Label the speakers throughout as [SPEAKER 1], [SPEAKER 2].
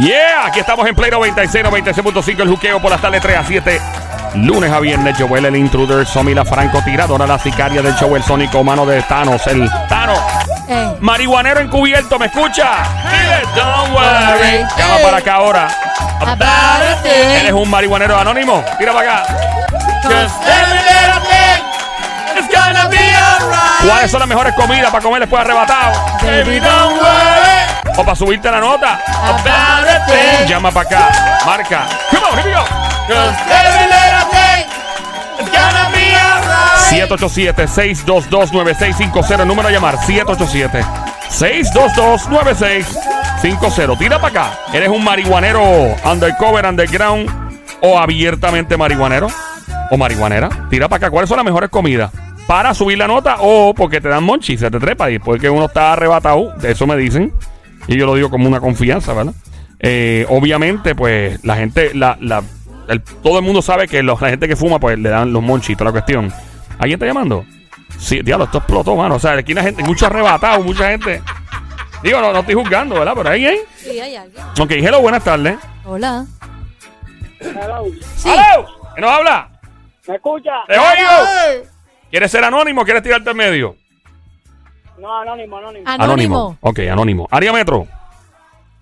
[SPEAKER 1] Yeah, aquí estamos en Play 96, 96.5 El Juqueo por las tardes 3 a 7 Lunes a viernes, Joel el Intruder Somi la francotiradora, la sicaria del show El Sónico, mano de Thanos El Thanos,
[SPEAKER 2] Ey.
[SPEAKER 1] marihuanero encubierto, ¿me escucha? Dile, don't worry Llama para acá ahora
[SPEAKER 2] About a thing.
[SPEAKER 1] Eres un marihuanero anónimo, tira para acá Just every little thing is gonna be alright. ¿Cuáles son las mejores comidas para comer después arrebatado?
[SPEAKER 2] Baby,
[SPEAKER 1] don't worry. O para subirte la nota.
[SPEAKER 2] About a thing.
[SPEAKER 1] Llama para acá. Marca. Come on, here we go. 787-622-9650. El número a llamar. 787-622-9650. Tira para acá. ¿Eres un marihuanero undercover, underground o abiertamente marihuanero? ¿O marihuanera? Tira para acá. ¿Cuáles son las mejores comidas? Para subir la nota o porque te dan monchi, se te trepa y después que uno está arrebatado, de eso me dicen. Y yo lo digo como una confianza, ¿verdad? Eh, obviamente, pues la gente, la, la, el- todo el mundo sabe que los- la gente que fuma, pues le dan los monchis, toda la cuestión. ¿Alguien está llamando? Sí, diablo, esto explotó, mano. O sea, aquí la gente, mucho arrebatado, mucha gente. Digo, no, no estoy juzgando, ¿verdad? Pero ahí, ahí.
[SPEAKER 2] Sí, hay alguien.
[SPEAKER 1] Ok, hello, buenas tardes.
[SPEAKER 2] Hola. Sí.
[SPEAKER 1] ¡Hello! ¿Quién nos habla?
[SPEAKER 3] ¿Me escucha?
[SPEAKER 1] ¡Te oigo! ¿Quieres ser anónimo o quieres tirarte en medio? oh.
[SPEAKER 3] No, anónimo, anónimo.
[SPEAKER 2] Ah. Anónimo.
[SPEAKER 1] Ok, anónimo. Área Metro.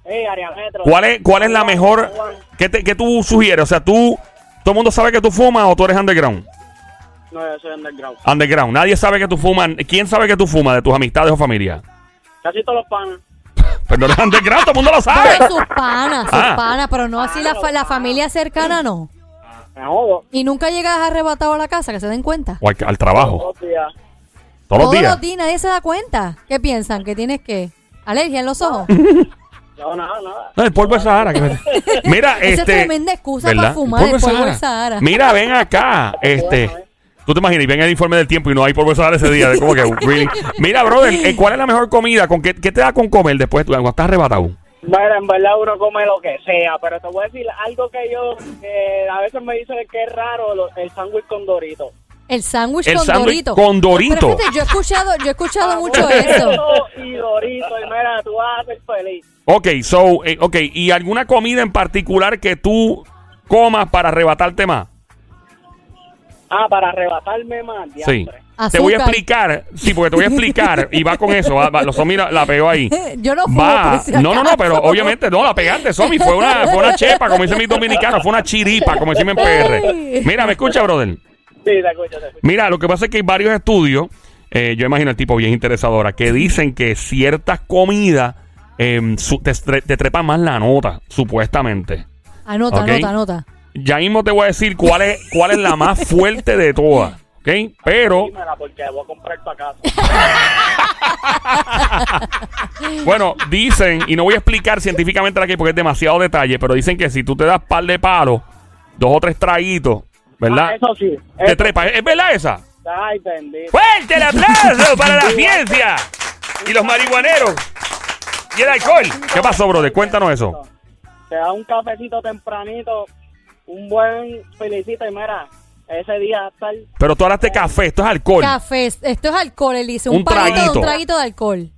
[SPEAKER 3] Ey, área metro.
[SPEAKER 1] ¿Cuál es, cuál es la mejor? ¿Qué, te- qué tú sugieres? O sea, tú. ¿Todo el mundo sabe que tú fumas o tú eres underground?
[SPEAKER 3] No, yo soy underground.
[SPEAKER 1] Underground. Nadie sabe que tú fumas. ¿Quién sabe que tú fumas de tus amistades o familia?
[SPEAKER 3] Casi todos los panas.
[SPEAKER 1] Perdón, underground, todo el mundo lo sabe.
[SPEAKER 2] Pero sus panas, sus
[SPEAKER 1] Ah.
[SPEAKER 2] panas, pero no así la, fa- la familia cercana, no.
[SPEAKER 3] Me jodo.
[SPEAKER 2] Y nunca llegas arrebatado a la casa, que se den cuenta.
[SPEAKER 1] O al, al trabajo.
[SPEAKER 3] Todos los días.
[SPEAKER 1] Todos los días.
[SPEAKER 2] nadie se da cuenta. ¿Qué piensan? ¿Que tienes que alergia en los ojos?
[SPEAKER 3] No, nada, nada.
[SPEAKER 1] No, el polvo de Sahara. que me- Mira,
[SPEAKER 2] Esa es
[SPEAKER 1] este.
[SPEAKER 2] tremenda excusa
[SPEAKER 1] ¿verdad?
[SPEAKER 2] para fumar el polvo de Sahara.
[SPEAKER 1] Mira, ven acá. Este. Tú te imaginas, y ven el informe del tiempo y no hay polvo de Sahara ese día. Como que, really. Mira, brother, eh, ¿cuál es la mejor comida? ¿Con qué, qué te da con comer después de tu cuando estás arrebatado?
[SPEAKER 3] Mira, en verdad uno come lo que sea, pero te voy a decir algo que yo, que a veces me dicen que es raro, lo- el sándwich con dorito.
[SPEAKER 2] El sándwich
[SPEAKER 1] El
[SPEAKER 2] con
[SPEAKER 1] sándwich
[SPEAKER 2] dorito.
[SPEAKER 1] con dorito.
[SPEAKER 2] Pero fíjate, yo he escuchado, yo he escuchado
[SPEAKER 1] Ah,
[SPEAKER 2] mucho eso.
[SPEAKER 3] Y Ah, dorito, y mira, tú vas a ser feliz.
[SPEAKER 1] Ok, so, eh, ok, ¿y alguna comida en particular que tú comas para arrebatarte más?
[SPEAKER 3] Ah, para arrebatarme más,
[SPEAKER 1] Sí.
[SPEAKER 3] diantre.
[SPEAKER 1] Te voy a
[SPEAKER 2] Azúcar.
[SPEAKER 1] explicar, sí, porque te voy a explicar y va con eso, va, va, lo Somi la, la pegó ahí.
[SPEAKER 2] Yo no fumo,
[SPEAKER 1] Va.
[SPEAKER 2] por si
[SPEAKER 1] No, no, no,
[SPEAKER 2] acaso.
[SPEAKER 1] pero obviamente no, la pegaste, Somi, fue una, fue una chepa, como dicen mis dominicanos, fue una chiripa, como decimos en PR. Mira, me escucha, brother.
[SPEAKER 3] Sí, te escucho, te escucho.
[SPEAKER 1] Mira, lo que pasa es que hay varios estudios, eh, yo imagino el tipo bien interesadora, que dicen que ciertas comidas em, su- te, tre- te trepan más la nota, supuestamente.
[SPEAKER 2] Anota,
[SPEAKER 1] Ok.
[SPEAKER 2] anota, anota.
[SPEAKER 1] Ya mismo te voy a decir cuál es, cuál es la más fuerte de todas. ¿Ok? Pero,
[SPEAKER 3] Dímela porque voy a comprar para casa.
[SPEAKER 1] bueno, dicen, y no voy a explicar científicamente aquí porque es demasiado detalle, pero dicen que si tú te das par de palos, dos o tres traguitos,
[SPEAKER 3] Ah,
[SPEAKER 1] ¿verdad?
[SPEAKER 3] eso sí.
[SPEAKER 1] Te
[SPEAKER 3] Eso-
[SPEAKER 1] trepas. ¿Es verdad esa?
[SPEAKER 3] Ay, bendito.
[SPEAKER 1] ¡Fuerte el aplauso para la ciencia! Y los marihuaneros. Y el alcohol. ¿Qué pasó, brother? Cuéntanos eso.
[SPEAKER 3] Te da un cafecito tempranito, un buen felicito y mira, ese día hasta el...
[SPEAKER 1] Pero tú ahora te café, esto es alcohol.
[SPEAKER 2] Café, esto es alcohol, Elise. Un,
[SPEAKER 1] Un
[SPEAKER 2] palito de
[SPEAKER 1] traguito.
[SPEAKER 2] un traguito de alcohol.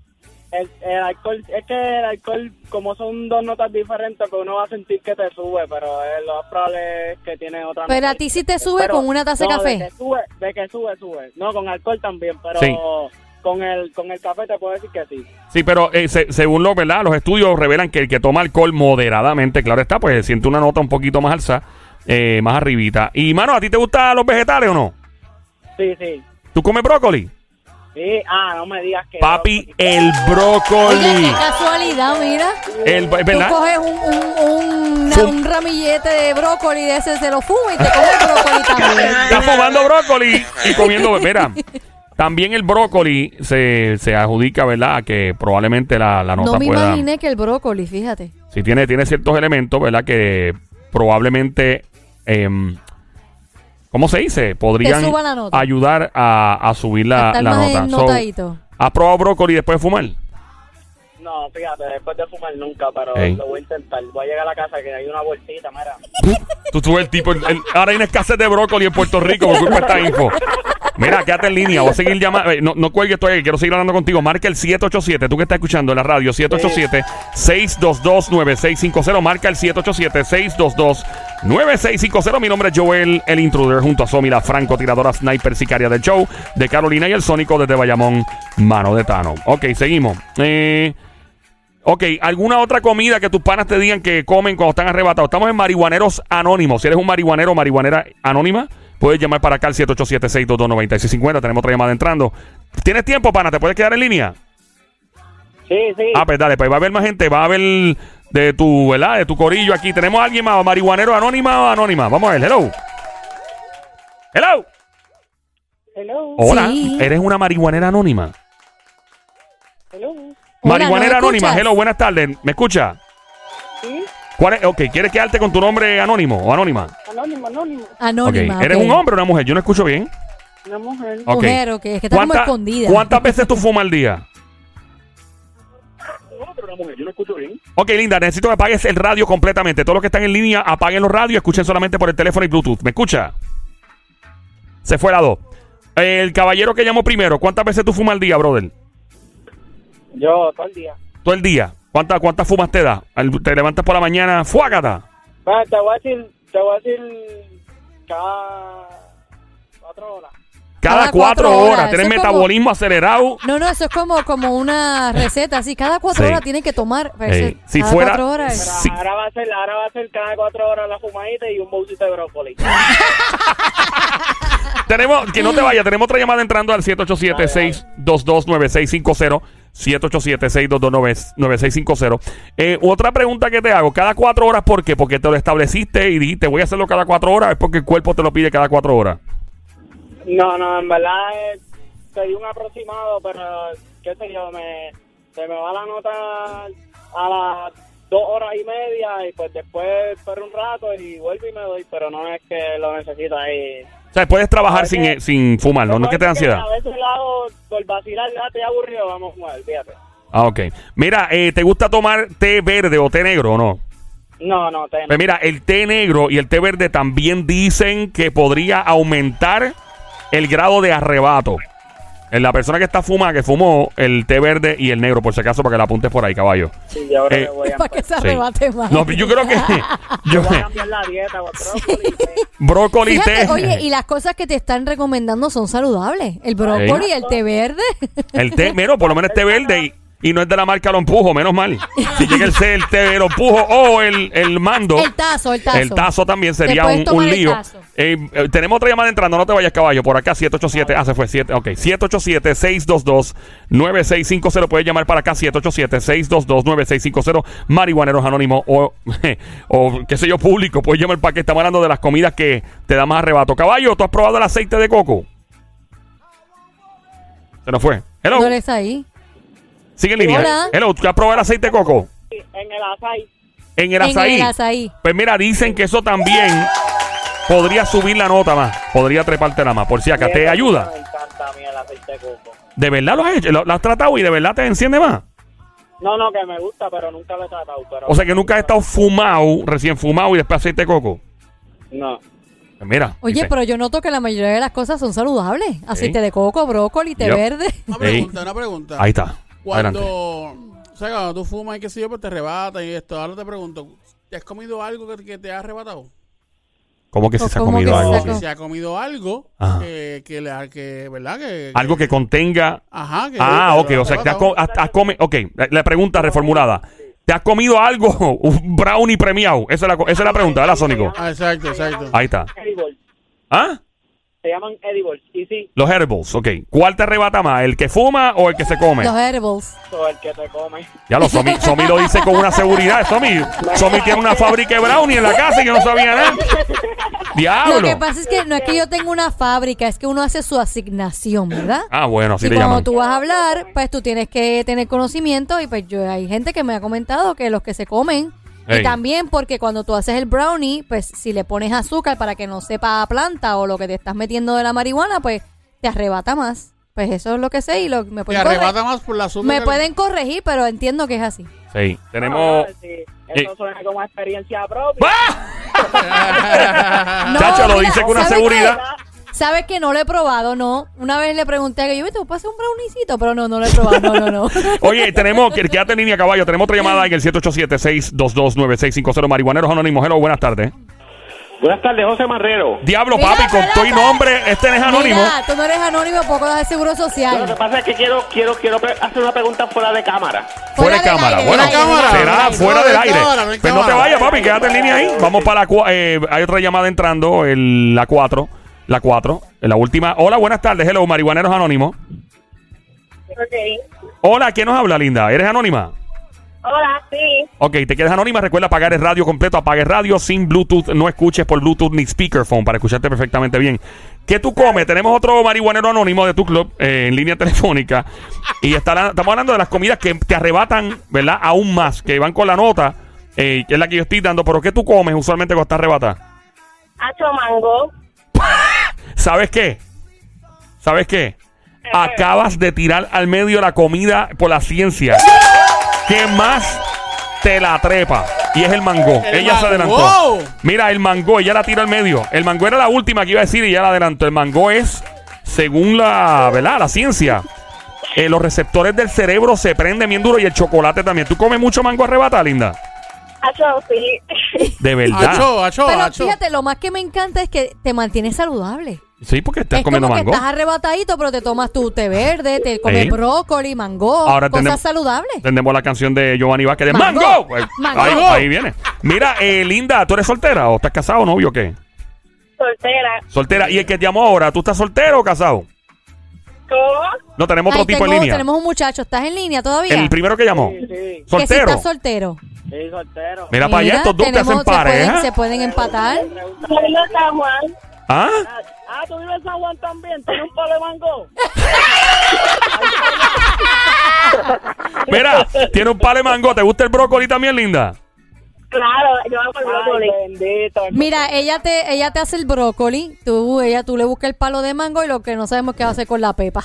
[SPEAKER 3] El, el alcohol, es que el alcohol, como son dos notas diferentes, pues uno va a sentir que te sube, pero eh, lo más probable es que tiene otra
[SPEAKER 2] Pero
[SPEAKER 3] nota
[SPEAKER 2] a ti sí te
[SPEAKER 3] diferente.
[SPEAKER 2] sube con una taza de
[SPEAKER 3] no,
[SPEAKER 2] café.
[SPEAKER 3] De que, sube, de que sube, sube. No, con alcohol también, pero
[SPEAKER 1] Sí.
[SPEAKER 3] con, el, con el café te puedo decir que sí.
[SPEAKER 1] Sí, pero eh, se- según lo, ¿verdad? los estudios revelan que el que toma alcohol moderadamente, claro está, pues siente una nota un poquito más alza, eh, más arribita. Y, mano, ¿a ti te gustan los vegetales o no?
[SPEAKER 3] Sí, sí.
[SPEAKER 1] ¿Tú comes brócoli?
[SPEAKER 3] Sí, ah, no me digas que...
[SPEAKER 1] Papi, el
[SPEAKER 2] Oye,
[SPEAKER 1] brócoli.
[SPEAKER 2] qué casualidad, mira.
[SPEAKER 1] El, ¿Verdad?
[SPEAKER 2] Tú coges un, un, un,
[SPEAKER 1] Fum-
[SPEAKER 2] un ramillete de brócoli de ese, se lo fuma y te comes el brócoli también.
[SPEAKER 1] Está fumando brócoli y comiendo. Mira, también el brócoli se, se adjudica, ¿verdad? A que probablemente la, la nota
[SPEAKER 2] No me
[SPEAKER 1] pueda.
[SPEAKER 2] imaginé que el brócoli, fíjate.
[SPEAKER 1] Si tiene, tiene ciertos elementos, ¿verdad? Que probablemente. em, ¿Cómo se dice? Podrían
[SPEAKER 2] suba la nota.
[SPEAKER 1] ayudar a, a subir la,
[SPEAKER 2] Hasta el
[SPEAKER 1] la
[SPEAKER 2] más
[SPEAKER 1] nota. So,
[SPEAKER 2] notadito.
[SPEAKER 1] ¿Has probado brócoli después de fumar?
[SPEAKER 3] No, fíjate, después de fumar nunca, pero
[SPEAKER 1] eh. Ey.
[SPEAKER 3] lo voy a intentar. Voy a llegar a la casa que hay una bolsita, mira.
[SPEAKER 1] Tú tuve el tipo. el- el- ahora hay una escasez de brócoli en Puerto Rico por culpa de esta info. Mira, quédate en línea. Voy a seguir llamando. Eh, No, no cuelgues todavía. Quiero seguir hablando contigo. Marca el 787. Tú que estás escuchando en la radio. 787-622-9650. Marca el 787-622-9650. Mi nombre es Joel, el intruder, junto a Somi, la francotiradora sniper sicaria del show. De Carolina y el sónico desde Bayamón, mano de Tano. Ok, seguimos. Eh. Ok, ¿alguna otra comida que tus panas te digan que comen cuando están arrebatados? Estamos en Marihuaneros Anónimos. Si eres un marihuanero o marihuanera anónima, puedes llamar para acá al 787-622-9650. Tenemos otra llamada entrando. ¿Tienes tiempo, pana? ¿Te puedes quedar en línea?
[SPEAKER 3] Sí, sí.
[SPEAKER 1] Ah, pues dale, pues va a haber más gente. Va a haber de tu, ¿verdad? De tu corillo aquí. ¿Tenemos a alguien más? ¿Marihuanero anónima o anónima? Vamos a ver. Hello. Hello.
[SPEAKER 3] Hello,
[SPEAKER 1] Hola.
[SPEAKER 2] Sí.
[SPEAKER 1] ¿Eres una marihuanera anónima?
[SPEAKER 3] hello.
[SPEAKER 2] Hola,
[SPEAKER 1] marihuanera
[SPEAKER 2] ¿nos
[SPEAKER 1] anónima.
[SPEAKER 2] escuchas?
[SPEAKER 1] Hello, buenas tardes. ¿Me escucha?
[SPEAKER 3] Sí,
[SPEAKER 1] ¿Cuál es? Ok, ¿quieres quedarte con tu nombre anónimo o anónima?
[SPEAKER 3] anónimo, anónimo.
[SPEAKER 2] Anónima.
[SPEAKER 1] Ok. ¿Eres
[SPEAKER 2] ok.
[SPEAKER 1] un hombre o una mujer? Yo no escucho bien.
[SPEAKER 3] Una mujer.
[SPEAKER 1] Ok.
[SPEAKER 2] Mujer, ok. Es que está como
[SPEAKER 1] ¿Cuánta-
[SPEAKER 2] escondida.
[SPEAKER 1] ¿Cuántas veces tú fumas al día?
[SPEAKER 3] No, pero una mujer, yo lo escucho bien.
[SPEAKER 1] Ok, linda, necesito que apagues el radio completamente. Todos los que están en línea, apaguen los radios, escuchen solamente por el teléfono y Bluetooth. ¿Me escucha? Se fue la dos. El caballero que llamó primero, ¿cuántas veces tú fumas al día, brother?
[SPEAKER 3] Yo, todo el día.
[SPEAKER 1] Todo el día. ¿Cuántas cuántas fumas te da? Al- Te levantas por la mañana, fuágata.
[SPEAKER 3] Va, te voy a decir, te voy a decir cada cuatro horas.
[SPEAKER 1] Cada,
[SPEAKER 2] Cada
[SPEAKER 1] cuatro,
[SPEAKER 2] cuatro
[SPEAKER 1] horas.
[SPEAKER 2] horas.
[SPEAKER 1] Tienes
[SPEAKER 2] Eso es como-
[SPEAKER 1] metabolismo acelerado.
[SPEAKER 2] No, no, eso es como, como una receta. Así, cada cuatro
[SPEAKER 1] Sí.
[SPEAKER 2] horas tienen que tomar. pero
[SPEAKER 1] Ey,
[SPEAKER 2] eso-
[SPEAKER 1] si
[SPEAKER 2] cada
[SPEAKER 1] fuera-
[SPEAKER 2] cuatro horas.
[SPEAKER 3] Pero
[SPEAKER 1] Sí.
[SPEAKER 3] ahora, va a ser, ahora va a ser cada cuatro horas la fumadita y un bolsito de brócoli.
[SPEAKER 1] Tenemos, que no te vaya, tenemos otra llamada entrando al 787-622-9650. 787-622-9650. Eh, otra pregunta que te hago, cada cuatro horas, ¿por qué? Porque te lo estableciste y dijiste, voy a hacerlo cada cuatro horas, es porque el cuerpo te lo pide cada cuatro horas.
[SPEAKER 3] No, no, en verdad eh, te di un aproximado, pero qué sé yo, me, se me va la nota a las dos horas y media y pues después espero un rato y vuelvo y me doy, pero no es que lo necesito ahí.
[SPEAKER 1] O sea, puedes trabajar
[SPEAKER 3] Ok.
[SPEAKER 1] sin, eh, sin fumar, ¿no? No es que te da ansiedad.
[SPEAKER 3] A veces lo hago por vacilar, ya te aburrido, vamos a jugar, fíjate.
[SPEAKER 1] Ah, ok. Mira, eh, ¿te gusta tomar té verde o té negro o no?
[SPEAKER 3] No, no, te
[SPEAKER 1] Pues mira, el té negro y el té verde también dicen que podría aumentar el grado de arrebato. En la persona que está fumada, que fumó el té verde y el negro, por si acaso, para que la apuntes por ahí, caballo.
[SPEAKER 3] sí, yo creo
[SPEAKER 1] eh,
[SPEAKER 3] que voy a,
[SPEAKER 2] Para que se
[SPEAKER 1] Sí.
[SPEAKER 2] arrebate más.
[SPEAKER 1] No, yo creo que. yo-
[SPEAKER 3] voy a cambiar la dieta, por brócoli, pues.
[SPEAKER 1] brócoli
[SPEAKER 2] Fíjate,
[SPEAKER 1] té.
[SPEAKER 2] oye, y las cosas que te están recomendando son saludables. El brócoli, el té verde.
[SPEAKER 1] El té, menos, por lo menos el té verde y, y no es de la marca Lo Empujo, menos mal. Si llega el té, el té Lo Empujo o el, el mando.
[SPEAKER 2] El tazo, el tazo.
[SPEAKER 1] El tazo también sería
[SPEAKER 2] Te puedes
[SPEAKER 1] un, un
[SPEAKER 2] tomar el
[SPEAKER 1] lío.
[SPEAKER 2] tazo.
[SPEAKER 1] Eh, eh, tenemos otra llamada entrando, no te vayas caballo. Por acá 787, ah, se fue 7, ok. 787-622-9650. Puedes llamar para acá 787-622-9650. Marihuaneros Anónimos o, o qué sé yo, público. Puedes llamar para que estamos hablando de las comidas que te da más arrebato. Caballo, ¿tú has probado el aceite de coco? Se nos fue. Hello,
[SPEAKER 2] No eres ahí.
[SPEAKER 1] sigue en línea.
[SPEAKER 2] Hola.
[SPEAKER 1] Hello, ¿tú has probado el aceite de coco?
[SPEAKER 3] En el açaí.
[SPEAKER 1] En el
[SPEAKER 2] En
[SPEAKER 1] azaí.
[SPEAKER 2] el azaí.
[SPEAKER 1] Pues mira, dicen que eso también podría subir la nota más. Podría treparte la más. Por si acá te ayuda.
[SPEAKER 3] Me encanta a mí el aceite de coco.
[SPEAKER 1] ¿De verdad lo has hecho? ¿Lo, lo has tratado y de verdad te enciende más?
[SPEAKER 3] No, no, que me gusta, pero nunca lo he tratado. Pero
[SPEAKER 1] O sea que nunca has estado fumado, recién fumado y después aceite de coco.
[SPEAKER 3] No.
[SPEAKER 1] Pues mira.
[SPEAKER 2] Oye,
[SPEAKER 1] dice,
[SPEAKER 2] pero yo noto que la mayoría de las cosas son saludables. Aceite de coco, brócoli, té
[SPEAKER 1] Yep.
[SPEAKER 2] verde.
[SPEAKER 4] Una
[SPEAKER 1] Ey.
[SPEAKER 4] pregunta, una pregunta.
[SPEAKER 1] Ahí está.
[SPEAKER 4] Cuando,
[SPEAKER 1] Adelante.
[SPEAKER 4] o sea, cuando tú fumas y qué sé yo, pues te arrebata y esto. Ahora te pregunto, ¿te has comido algo que, que te ha arrebatado?
[SPEAKER 1] ¿Cómo que si se ha
[SPEAKER 2] Pues, ¿Cómo que
[SPEAKER 1] comido algo?
[SPEAKER 2] se ha
[SPEAKER 4] O
[SPEAKER 1] así?
[SPEAKER 4] que se ha comido algo
[SPEAKER 1] Ajá.
[SPEAKER 4] que, que, le ha- que, ¿verdad? Que,
[SPEAKER 1] Algo que contenga.
[SPEAKER 4] Ajá. Que,
[SPEAKER 1] Ah, ok.
[SPEAKER 4] que lo
[SPEAKER 1] O sea, que te has,
[SPEAKER 4] arrebatado.
[SPEAKER 1] co- has- has comi- Ok, la, la pregunta reformulada. ¿Te has comido algo? Un brownie premiado. Esa es la, co- esa es la pregunta, ¿verdad, Sónico?
[SPEAKER 4] Ah, exacto, exacto.
[SPEAKER 1] Ahí está.
[SPEAKER 3] Edibles.
[SPEAKER 1] ¿Ah?
[SPEAKER 3] Se llaman edibles. Y sí,
[SPEAKER 1] Los herbals, ok. ¿Cuál te arrebata más? ¿El que fuma o el que se come?
[SPEAKER 2] Los herbals.
[SPEAKER 3] o el que te come.
[SPEAKER 1] Ya lo, Somi, Somi lo dice con una seguridad. Somi, Somi tiene una fábrica de brownie en la casa y yo no sabía nada.
[SPEAKER 2] Lo que
[SPEAKER 1] Diablo.
[SPEAKER 2] pasa es que no es que yo tenga una fábrica, es que uno hace su asignación, ¿verdad?
[SPEAKER 1] Ah, bueno, así
[SPEAKER 2] y
[SPEAKER 1] le
[SPEAKER 2] cuando
[SPEAKER 1] llaman.
[SPEAKER 2] tú vas a hablar, pues tú tienes que tener conocimiento y pues yo hay gente que me ha comentado que los que se comen
[SPEAKER 1] Ey.
[SPEAKER 2] y también porque cuando tú haces el brownie, pues si le pones azúcar para que no sepa a planta o lo que te estás metiendo de la marihuana, pues te arrebata más. Pues eso es lo que sé y lo me
[SPEAKER 4] Te
[SPEAKER 2] pueden
[SPEAKER 4] arrebata
[SPEAKER 2] corre-
[SPEAKER 4] más por la azúcar.
[SPEAKER 2] Pues, me
[SPEAKER 4] que-
[SPEAKER 2] pueden corregir, pero entiendo que es así.
[SPEAKER 1] Sí,
[SPEAKER 3] Ah, No,
[SPEAKER 1] tenemos.
[SPEAKER 3] no, sí, Eso
[SPEAKER 1] Eh.
[SPEAKER 3] suena como experiencia propia.
[SPEAKER 1] ¡Ah!
[SPEAKER 2] No,
[SPEAKER 1] Chacho, lo
[SPEAKER 2] mira,
[SPEAKER 1] dice con una
[SPEAKER 2] ¿sabes
[SPEAKER 1] seguridad.
[SPEAKER 2] qué? Sabes que no lo he probado, no. Una vez le pregunté que yo, ¿te puedo hacer un brownicito? Pero no, no lo he probado. No, no, no.
[SPEAKER 1] Oye, tenemos, que- quédate en línea, caballo. Tenemos otra llamada en el 787-622-9650. Marihuaneros Anónimos. Hello, buenas tardes.
[SPEAKER 3] Buenas tardes, José Marrero.
[SPEAKER 1] Diablo,
[SPEAKER 2] Mira,
[SPEAKER 1] papi, con
[SPEAKER 2] relata.
[SPEAKER 1] tu nombre, este no es anónimo.
[SPEAKER 2] Mira, tú no eres anónimo, poco das de seguro
[SPEAKER 3] Lo que
[SPEAKER 2] social.
[SPEAKER 3] pasa es que quiero, quiero, quiero pre- hacer una pregunta fuera de cámara.
[SPEAKER 1] Fuera de
[SPEAKER 2] del
[SPEAKER 1] cámara.
[SPEAKER 2] aire,
[SPEAKER 1] bueno,
[SPEAKER 2] del aire,
[SPEAKER 4] cámara.
[SPEAKER 2] del
[SPEAKER 1] será
[SPEAKER 4] aire.
[SPEAKER 1] fuera
[SPEAKER 4] No,
[SPEAKER 1] del
[SPEAKER 4] no hay
[SPEAKER 1] aire.
[SPEAKER 4] cámara, no hay
[SPEAKER 1] Pero no te
[SPEAKER 4] cámara.
[SPEAKER 1] vayas, papi, quédate en línea ahí. Vamos para la cua- eh, Hay otra llamada entrando, el- la 4. La 4, la última. Hola, buenas tardes. Hello, Marihuaneros Anónimos. Hola, ¿quién nos habla, linda? ¿Eres anónima?
[SPEAKER 5] Hola, sí.
[SPEAKER 1] Ok, te quedas anónima. Recuerda apagar el radio completo. Apague radio sin Bluetooth. No escuches por Bluetooth ni speakerphone para escucharte perfectamente bien. ¿Qué tú comes? Tenemos otro marihuanero anónimo de tu club eh, en línea telefónica. Y está la- estamos hablando de las comidas que te arrebatan, ¿verdad? Aún más, que van con la nota, eh, que es la que yo estoy dando. Pero ¿qué tú comes usualmente cuando estás arrebatada?
[SPEAKER 5] Hacho mango.
[SPEAKER 1] ¿Sabes qué? ¿Sabes qué? Acabas de tirar al medio la comida por la ciencia. ¿Qué más te la trepa? Y es el mango.
[SPEAKER 4] El
[SPEAKER 1] ella se adelantó.
[SPEAKER 4] mango.
[SPEAKER 1] Mira, el mango, ella la tiró al medio. El mango era la última que iba a decir y ya la adelantó. El mango es, según la, ¿verdad? La ciencia. eh, los receptores del cerebro se prenden bien duro y el chocolate también. ¿Tú comes mucho mango arrebata, linda?
[SPEAKER 5] Hacho, sí.
[SPEAKER 1] De verdad.
[SPEAKER 4] Acho, acho,
[SPEAKER 2] Pero
[SPEAKER 4] acho.
[SPEAKER 2] fíjate, lo más que me encanta es que te mantienes saludable.
[SPEAKER 1] Sí, porque estás
[SPEAKER 2] es
[SPEAKER 1] comiendo
[SPEAKER 2] como
[SPEAKER 1] mango.
[SPEAKER 2] que estás arrebatadito, pero te tomas tu té verde, te comes
[SPEAKER 1] Sí.
[SPEAKER 2] brócoli, mango,
[SPEAKER 1] Ahora
[SPEAKER 2] cosas
[SPEAKER 1] tenemos-
[SPEAKER 2] saludables.
[SPEAKER 1] Entendemos la canción de Giovanni Vázquez de Mango.
[SPEAKER 2] Mango.
[SPEAKER 1] Pues,
[SPEAKER 2] Mango.
[SPEAKER 1] Ahí, ahí viene. Mira, eh, Linda, ¿tú eres soltera o estás casado, novio o qué?
[SPEAKER 5] Soltera.
[SPEAKER 1] Soltera. ¿Y el que te llamó ahora, tú estás soltero o casado?
[SPEAKER 5] ¿Cómo?
[SPEAKER 1] No, tenemos otro
[SPEAKER 2] Ahí
[SPEAKER 1] tipo en
[SPEAKER 2] tengo-
[SPEAKER 1] línea.
[SPEAKER 2] Tenemos un muchacho, ¿estás en línea todavía?
[SPEAKER 1] El primero que llamó.
[SPEAKER 3] Sí, sí,
[SPEAKER 2] Que si
[SPEAKER 1] Soltero.
[SPEAKER 2] estás soltero.
[SPEAKER 3] sí, soltero.
[SPEAKER 1] Mira para allá,
[SPEAKER 2] Mira,
[SPEAKER 1] estos dos te
[SPEAKER 2] tenemos-
[SPEAKER 1] hacen
[SPEAKER 2] se pueden-
[SPEAKER 1] pareja.
[SPEAKER 2] Se pueden empatar.
[SPEAKER 5] Soy de San Juan.
[SPEAKER 1] ¿Ah?
[SPEAKER 3] Ah, tú vives en San Juan también, tienes un palo de mango.
[SPEAKER 1] Mira, tiene un par de mango. ¿Te gusta el brócoli también, linda?
[SPEAKER 5] Claro, yo hago el brócoli.
[SPEAKER 3] bendito.
[SPEAKER 2] Mira, ella te, ella te hace el brócoli, tú, ella, tú le buscas el palo de mango y lo que no sabemos qué va a hacer con la pepa.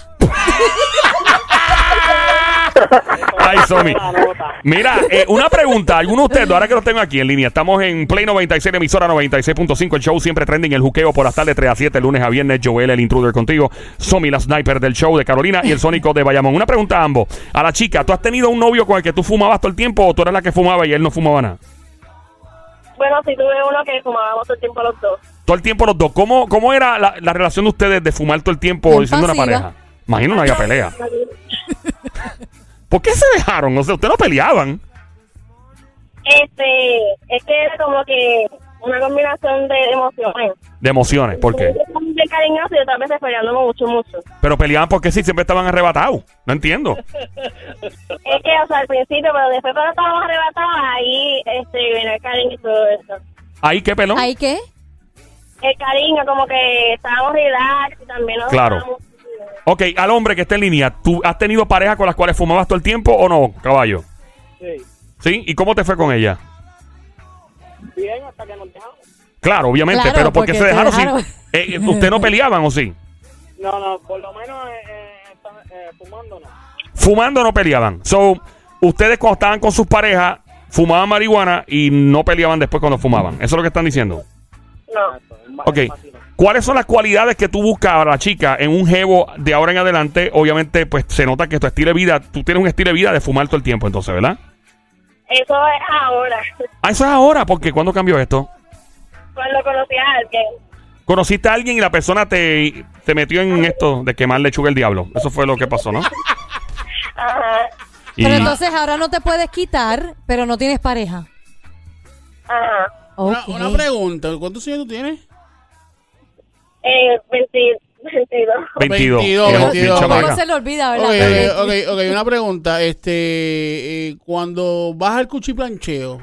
[SPEAKER 1] Ay, Somi. Mira, eh, una pregunta. ¿Alguno de ustedes, ahora que los tengo aquí en línea, estamos en Play 96, emisora 96.5, el show siempre trending, el juqueo por las tardes 3 a 7, lunes a viernes, Joel, el intruder contigo, Somi, la sniper del show de Carolina y el sónico de Bayamón. Una pregunta a ambos. A la chica, ¿tú has tenido un novio con el que tú fumabas todo el tiempo o tú eras la que fumaba y él no fumaba nada?
[SPEAKER 5] Bueno, sí tuve uno que fumábamos todo el tiempo los dos.
[SPEAKER 1] Todo el tiempo los dos. ¿Cómo, cómo era la, la relación de ustedes de fumar todo el tiempo
[SPEAKER 2] Bien
[SPEAKER 1] y siendo una
[SPEAKER 2] pasiva.
[SPEAKER 1] pareja? Imagino no había pelea. ¿Por qué se dejaron? O sea, ustedes no peleaban.
[SPEAKER 5] Este, es que era como que una combinación de emociones.
[SPEAKER 1] De emociones, ¿por qué?
[SPEAKER 5] De cariñoso y otras veces peleándome mucho, mucho.
[SPEAKER 1] Pero peleaban porque sí, siempre estaban arrebatados. No entiendo.
[SPEAKER 5] Es que, o sea, al principio, pero después cuando estábamos arrebatados, ahí, este, viene el cariño y todo eso.
[SPEAKER 1] ¿Ahí qué pelón?
[SPEAKER 2] ¿Ahí qué?
[SPEAKER 5] El cariño, como que estábamos relax y también nos
[SPEAKER 1] Claro.
[SPEAKER 5] estábamos-
[SPEAKER 1] Ok, al hombre que está en línea, ¿tú has tenido parejas con las cuales fumabas todo el tiempo o no, caballo?
[SPEAKER 3] Sí.
[SPEAKER 1] ¿Sí? ¿Y cómo te fue con ella?
[SPEAKER 3] Bien, hasta que nos dejamos.
[SPEAKER 1] Claro, obviamente,
[SPEAKER 2] Claro,
[SPEAKER 1] pero ¿por qué se
[SPEAKER 2] porque se
[SPEAKER 1] dejaron?
[SPEAKER 2] dejaron.
[SPEAKER 1] Sí. Eh, ¿Usted no peleaban o sí?
[SPEAKER 3] No, no, por lo menos eh, eh, está- eh, fumando no.
[SPEAKER 1] Fumando no peleaban. So, ustedes cuando estaban con sus parejas, fumaban marihuana y no peleaban después cuando fumaban. Eso es lo que están diciendo.
[SPEAKER 5] No.
[SPEAKER 1] Ok. ¿Cuáles son las cualidades que tú buscas a la chica en un jevo de ahora en adelante? Obviamente, pues se nota que tu estilo de vida, tú tienes un estilo de vida de fumar todo el tiempo, entonces, ¿verdad?
[SPEAKER 5] Eso es ahora.
[SPEAKER 1] Ah, eso es ahora, porque ¿cuándo cambió esto?
[SPEAKER 5] Cuando conocí a alguien.
[SPEAKER 1] Conociste a alguien y la persona te, te metió en esto de quemar lechuga el diablo. Eso fue lo que pasó, ¿no?
[SPEAKER 5] Ajá.
[SPEAKER 1] Y-
[SPEAKER 2] Pero entonces ahora no te puedes quitar, pero no tienes pareja.
[SPEAKER 5] Ajá.
[SPEAKER 4] Una,
[SPEAKER 2] Ok.
[SPEAKER 4] una pregunta, ¿cuántos años tú tienes?
[SPEAKER 5] Eh, 20 22.
[SPEAKER 1] 22.
[SPEAKER 4] 22,
[SPEAKER 1] Bien, bien
[SPEAKER 4] 22,
[SPEAKER 1] chamaca.
[SPEAKER 2] Luego se le olvida,
[SPEAKER 4] Ok,
[SPEAKER 2] ¿verdad?
[SPEAKER 4] ok, ok, ok, una pregunta. Este, eh, cuando vas al cuchiplancheo,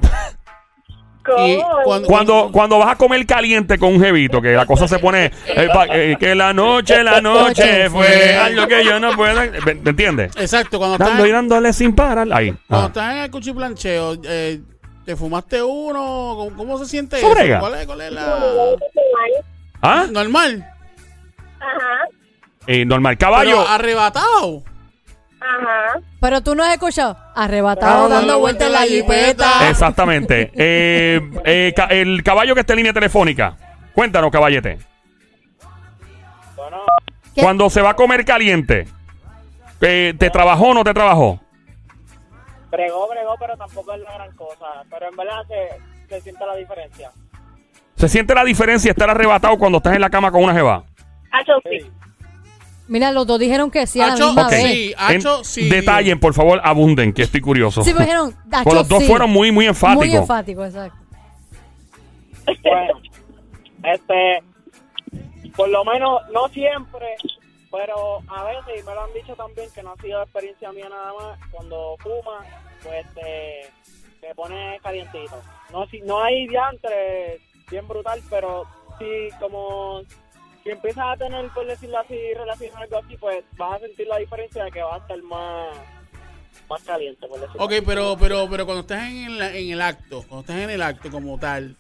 [SPEAKER 4] y
[SPEAKER 5] ¿Cómo?
[SPEAKER 1] Cuando, cuando vas a comer caliente con un jevito, que la cosa se pone. eh, pa- eh, que la noche, la noche fue algo que yo no puedo. ¿Me me entiendes?
[SPEAKER 4] exacto, cuando estás,
[SPEAKER 1] Dando y dándole sin parar. Ahí.
[SPEAKER 4] cuando
[SPEAKER 1] Ah.
[SPEAKER 4] estás en el cuchiplancheo, eh, te fumaste uno, ¿cómo, cómo se siente
[SPEAKER 1] Eso
[SPEAKER 4] eso?
[SPEAKER 1] brega.
[SPEAKER 4] ¿Cuál es, cuál es la
[SPEAKER 1] ¿Ah?
[SPEAKER 4] normal?
[SPEAKER 5] Ajá.
[SPEAKER 1] Eh, normal.
[SPEAKER 4] Pero
[SPEAKER 1] Caballo.
[SPEAKER 4] arrebatado.
[SPEAKER 5] Ajá.
[SPEAKER 2] Pero tú no has escuchado. Arrebatado
[SPEAKER 4] Ah,
[SPEAKER 2] dando vueltas en la
[SPEAKER 1] ah.
[SPEAKER 2] jipeta.
[SPEAKER 1] Exactamente. Eh, eh, ca- el caballo que está en línea telefónica. Cuéntanos, caballete.
[SPEAKER 3] Bueno,
[SPEAKER 2] ¿Qué?
[SPEAKER 1] Cuando se va a comer caliente, eh, ¿te trabajó o no te trabajó?
[SPEAKER 3] bregó, bregó, pero tampoco es la gran cosa. Pero en verdad se, se siente la diferencia.
[SPEAKER 1] ¿Se siente la diferencia estar arrebatado cuando estás en la cama con una jeva?
[SPEAKER 5] Hacho, sí.
[SPEAKER 3] Sí.
[SPEAKER 2] Mira, los dos dijeron que sí a la
[SPEAKER 4] Hacho,
[SPEAKER 2] misma
[SPEAKER 1] Ok.
[SPEAKER 2] vez.
[SPEAKER 4] Sí, hacho, sí.
[SPEAKER 1] Detallen, por favor, abunden, que estoy curioso.
[SPEAKER 2] Sí, me dijeron.
[SPEAKER 1] Pues
[SPEAKER 2] hacho,
[SPEAKER 1] los dos
[SPEAKER 2] sí.
[SPEAKER 1] fueron muy, muy enfáticos.
[SPEAKER 2] Muy enfático, exacto.
[SPEAKER 3] Bueno, este, por lo menos, no siempre, pero a veces, y me lo han dicho también, que no ha sido experiencia mía nada más, cuando fuma, pues te, te pone calientito. No, si, no hay diantre bien brutal, pero sí, como si empiezas a tener, por decirlo así, relación algo así, pues vas a sentir la diferencia de que vas a estar más, más caliente, por decirlo
[SPEAKER 4] Ok,
[SPEAKER 3] así.
[SPEAKER 4] pero, pero, pero cuando estás en, la- en el acto, cuando estás en el acto como tal,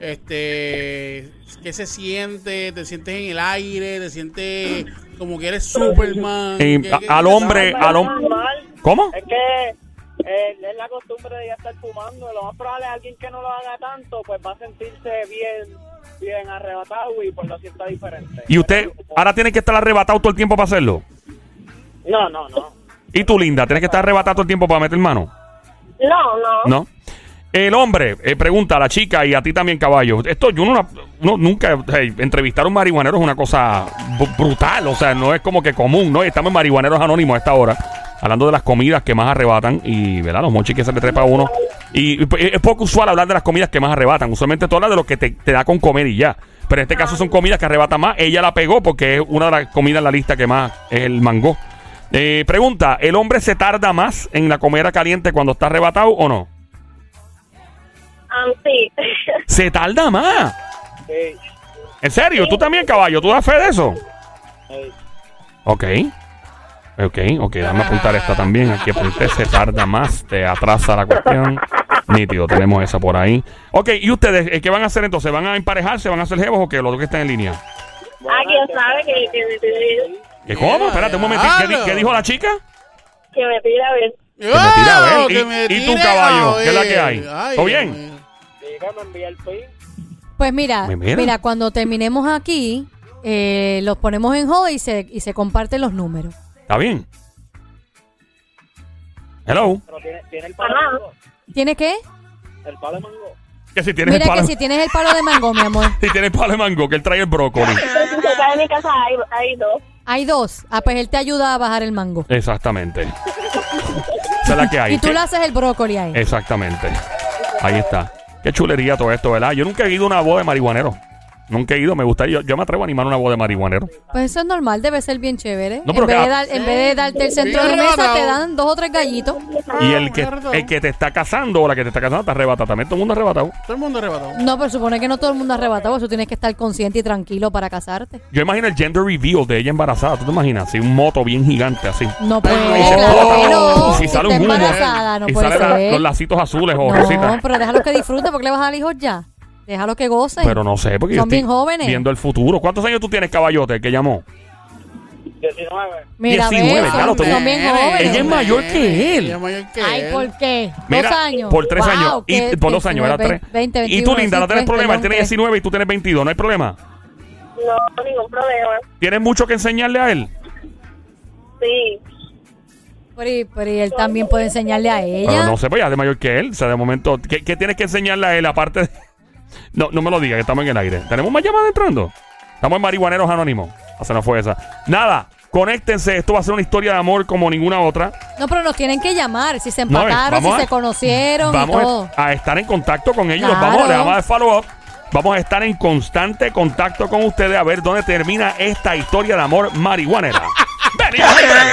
[SPEAKER 4] este, ¿qué se siente? ¿Te sientes en el aire? ¿Te sientes como que eres Superman?
[SPEAKER 1] Eh,
[SPEAKER 4] ¿Qué-
[SPEAKER 1] a-
[SPEAKER 4] qué-
[SPEAKER 1] al
[SPEAKER 4] qué-
[SPEAKER 1] hombre, al hombre.
[SPEAKER 3] Normal.
[SPEAKER 1] ¿Cómo?
[SPEAKER 3] Es que eh, es la costumbre de ya estar fumando. Lo más probable es alguien que no lo haga tanto, pues va a sentirse bien, bien arrebatado y pues lo sienta diferente.
[SPEAKER 1] Y usted ahora tiene que estar arrebatado todo el tiempo para hacerlo.
[SPEAKER 3] No, no, no.
[SPEAKER 1] Y tú, linda, tienes que estar arrebatado todo el tiempo para meter mano.
[SPEAKER 5] No, no.
[SPEAKER 1] ¿No? El hombre eh, pregunta a la chica y a ti también, caballo. Esto yo no, no- nunca. hey, entrevistar a un marihuanero es una cosa bu- brutal. O sea, no es como que común, ¿no? Y estamos en marihuaneros anónimos a esta hora. Hablando de las comidas que más arrebatan y, ¿verdad? Los monchis que se le trepa a uno. Y eh, es poco usual hablar de las comidas que más arrebatan. Usualmente tú hablas de lo que te, te da con comer y ya. Pero en este caso son comidas que arrebatan más. Ella la pegó porque es una de las comidas en la lista que más es el mango. Eh, pregunta, ¿el hombre se tarda más en la comida caliente cuando está arrebatado o no?
[SPEAKER 5] Um, sí.
[SPEAKER 1] Se tarda más.
[SPEAKER 3] Sí,
[SPEAKER 1] ¿En serio? ¿Tú también, caballo? ¿Tú das fe de eso?
[SPEAKER 3] sí.
[SPEAKER 1] Ok. Ok, ok. Dame apuntar esta también. Aquí apunté. Se tarda más. Te atrasa la cuestión. Nítido. Tenemos esa por ahí. Ok. ¿Y ustedes eh, qué van a hacer entonces? ¿Van a emparejarse? ¿Van a hacer jevos o qué? Los dos que están en línea.
[SPEAKER 5] ah, quién sabe que, que me tira
[SPEAKER 1] ¿Qué, ¿Cómo? Espérate un momentito. ¿Qué, di- qué dijo la chica?
[SPEAKER 5] que me tira a ver.
[SPEAKER 1] me tira a ver.
[SPEAKER 4] ¡Oh, que
[SPEAKER 1] ¿Y-
[SPEAKER 4] me
[SPEAKER 1] y tú,
[SPEAKER 4] tire
[SPEAKER 1] caballo?
[SPEAKER 4] a ver!
[SPEAKER 1] ¿Qué es la que hay?
[SPEAKER 4] Ay,
[SPEAKER 1] ¿Todo
[SPEAKER 4] Dios
[SPEAKER 1] bien?
[SPEAKER 4] mío.
[SPEAKER 3] Dígame, envía el pin.
[SPEAKER 2] Pues mira,
[SPEAKER 1] Me mira.
[SPEAKER 2] mira, cuando terminemos aquí, eh, los ponemos en hold y se, y se comparten los números.
[SPEAKER 1] ¿Está bien? Hello.
[SPEAKER 3] Pero tiene, tiene el palo de
[SPEAKER 5] Ajá.
[SPEAKER 3] mango.
[SPEAKER 2] ¿Tiene qué?
[SPEAKER 3] El palo de mango.
[SPEAKER 1] Que si tienes
[SPEAKER 2] Mira
[SPEAKER 1] el palo,
[SPEAKER 2] que si tienes el palo de mango, mi amor.
[SPEAKER 1] si tienes palo de mango, que él trae el brócoli.
[SPEAKER 5] Entonces, cerca de mi casa hay, hay dos.
[SPEAKER 2] Hay dos. Ah, pues él te ayuda a bajar el mango.
[SPEAKER 1] Exactamente. Esa es la que hay.
[SPEAKER 2] Y tú
[SPEAKER 1] ¿Qué-
[SPEAKER 2] le haces el brócoli ahí.
[SPEAKER 1] Eh. Exactamente. Ahí está. Qué chulería todo esto, ¿verdad? Yo nunca he ido a una voz de marihuanero. Nunca he ido, me gustaría. Yo, yo me atrevo a animar una voz de marihuanero.
[SPEAKER 2] Pues eso es normal, debe ser bien chévere.
[SPEAKER 1] No, pero
[SPEAKER 2] en, vez
[SPEAKER 1] que-
[SPEAKER 2] de dar- en vez de darte el centro
[SPEAKER 4] Bien
[SPEAKER 2] de mesa,
[SPEAKER 4] arrebatado.
[SPEAKER 2] te dan dos o tres gallitos.
[SPEAKER 1] y
[SPEAKER 4] Ah,
[SPEAKER 1] el que,
[SPEAKER 4] mierda.
[SPEAKER 1] el que te está casando o la que te está casando te arrebata también. Todo el mundo arrebatado.
[SPEAKER 4] Todo el mundo arrebatado.
[SPEAKER 2] No, pero supone que no todo el mundo arrebata, porque tú tienes que estar consciente y tranquilo para casarte.
[SPEAKER 1] Yo imagino el gender reveal de ella embarazada. ¿Tú te imaginas? Así un moto bien gigante, así.
[SPEAKER 2] No puede,
[SPEAKER 4] no.
[SPEAKER 1] se
[SPEAKER 2] claro que
[SPEAKER 1] explota.
[SPEAKER 2] no.
[SPEAKER 1] Y
[SPEAKER 2] Si
[SPEAKER 1] sale
[SPEAKER 2] está
[SPEAKER 1] un humo.
[SPEAKER 2] embarazada, no
[SPEAKER 1] y
[SPEAKER 2] puede
[SPEAKER 1] salen la- los
[SPEAKER 2] ser.
[SPEAKER 1] lacitos azules o
[SPEAKER 2] No,
[SPEAKER 1] rositas.
[SPEAKER 2] pero déjalo que disfrute, porque le vas a dar hijos ya. Déjalo que gocen.
[SPEAKER 1] Pero no sé, porque yo
[SPEAKER 2] Son
[SPEAKER 1] estoy
[SPEAKER 2] bien jóvenes.
[SPEAKER 1] viendo el futuro. ¿Cuántos años tú tienes, caballote, el que llamó?
[SPEAKER 3] 19.
[SPEAKER 2] Mira,
[SPEAKER 1] 19,
[SPEAKER 2] ve,
[SPEAKER 1] claro,
[SPEAKER 2] son,
[SPEAKER 1] tengo-
[SPEAKER 2] son bien
[SPEAKER 4] Nene,
[SPEAKER 2] jóvenes.
[SPEAKER 1] Ella es
[SPEAKER 4] nene,
[SPEAKER 1] mayor que él.
[SPEAKER 4] Ella es mayor que
[SPEAKER 2] Ay,
[SPEAKER 4] él.
[SPEAKER 2] ¿por qué? ¿Dos
[SPEAKER 1] Mira,
[SPEAKER 2] años?
[SPEAKER 1] Por tres
[SPEAKER 2] Wow,
[SPEAKER 1] años.
[SPEAKER 2] qué-
[SPEAKER 1] Y, por dos años,
[SPEAKER 2] 19,
[SPEAKER 1] ¿verdad? Tres.
[SPEAKER 2] 20,
[SPEAKER 1] y tú,
[SPEAKER 2] 21,
[SPEAKER 1] Linda, no tienes
[SPEAKER 2] sí, tres,
[SPEAKER 1] problema. Él
[SPEAKER 2] perdón,
[SPEAKER 1] tiene
[SPEAKER 2] tres.
[SPEAKER 1] 19 y tú tienes 22. No hay problema.
[SPEAKER 5] No, ningún problema.
[SPEAKER 1] Tienes mucho que enseñarle a él.
[SPEAKER 5] Sí.
[SPEAKER 2] Pero, y- pero y él también puede enseñarle a
[SPEAKER 1] Pero
[SPEAKER 2] ella.
[SPEAKER 1] no sé, pues ya es mayor que él. O sea, de momento, ¿qué, qué tienes que enseñarle a él aparte de- No, no me lo digas, que estamos en el aire. ¿Tenemos más llamadas entrando? Estamos en Marihuaneros Anónimos. O sea, no fue esa. Nada, conéctense. Esto va a ser una historia de amor como ninguna otra.
[SPEAKER 2] No, pero nos tienen que llamar si se
[SPEAKER 1] No,
[SPEAKER 2] empataron,
[SPEAKER 1] vamos
[SPEAKER 2] si
[SPEAKER 1] a-
[SPEAKER 2] se conocieron y
[SPEAKER 1] Vamos
[SPEAKER 2] todo.
[SPEAKER 1] a estar en contacto con ellos.
[SPEAKER 2] Claro.
[SPEAKER 1] Vamos, le vamos a dar follow up. Vamos a estar en constante contacto con ustedes a ver dónde termina esta historia de amor marihuanera. Venimos, señores.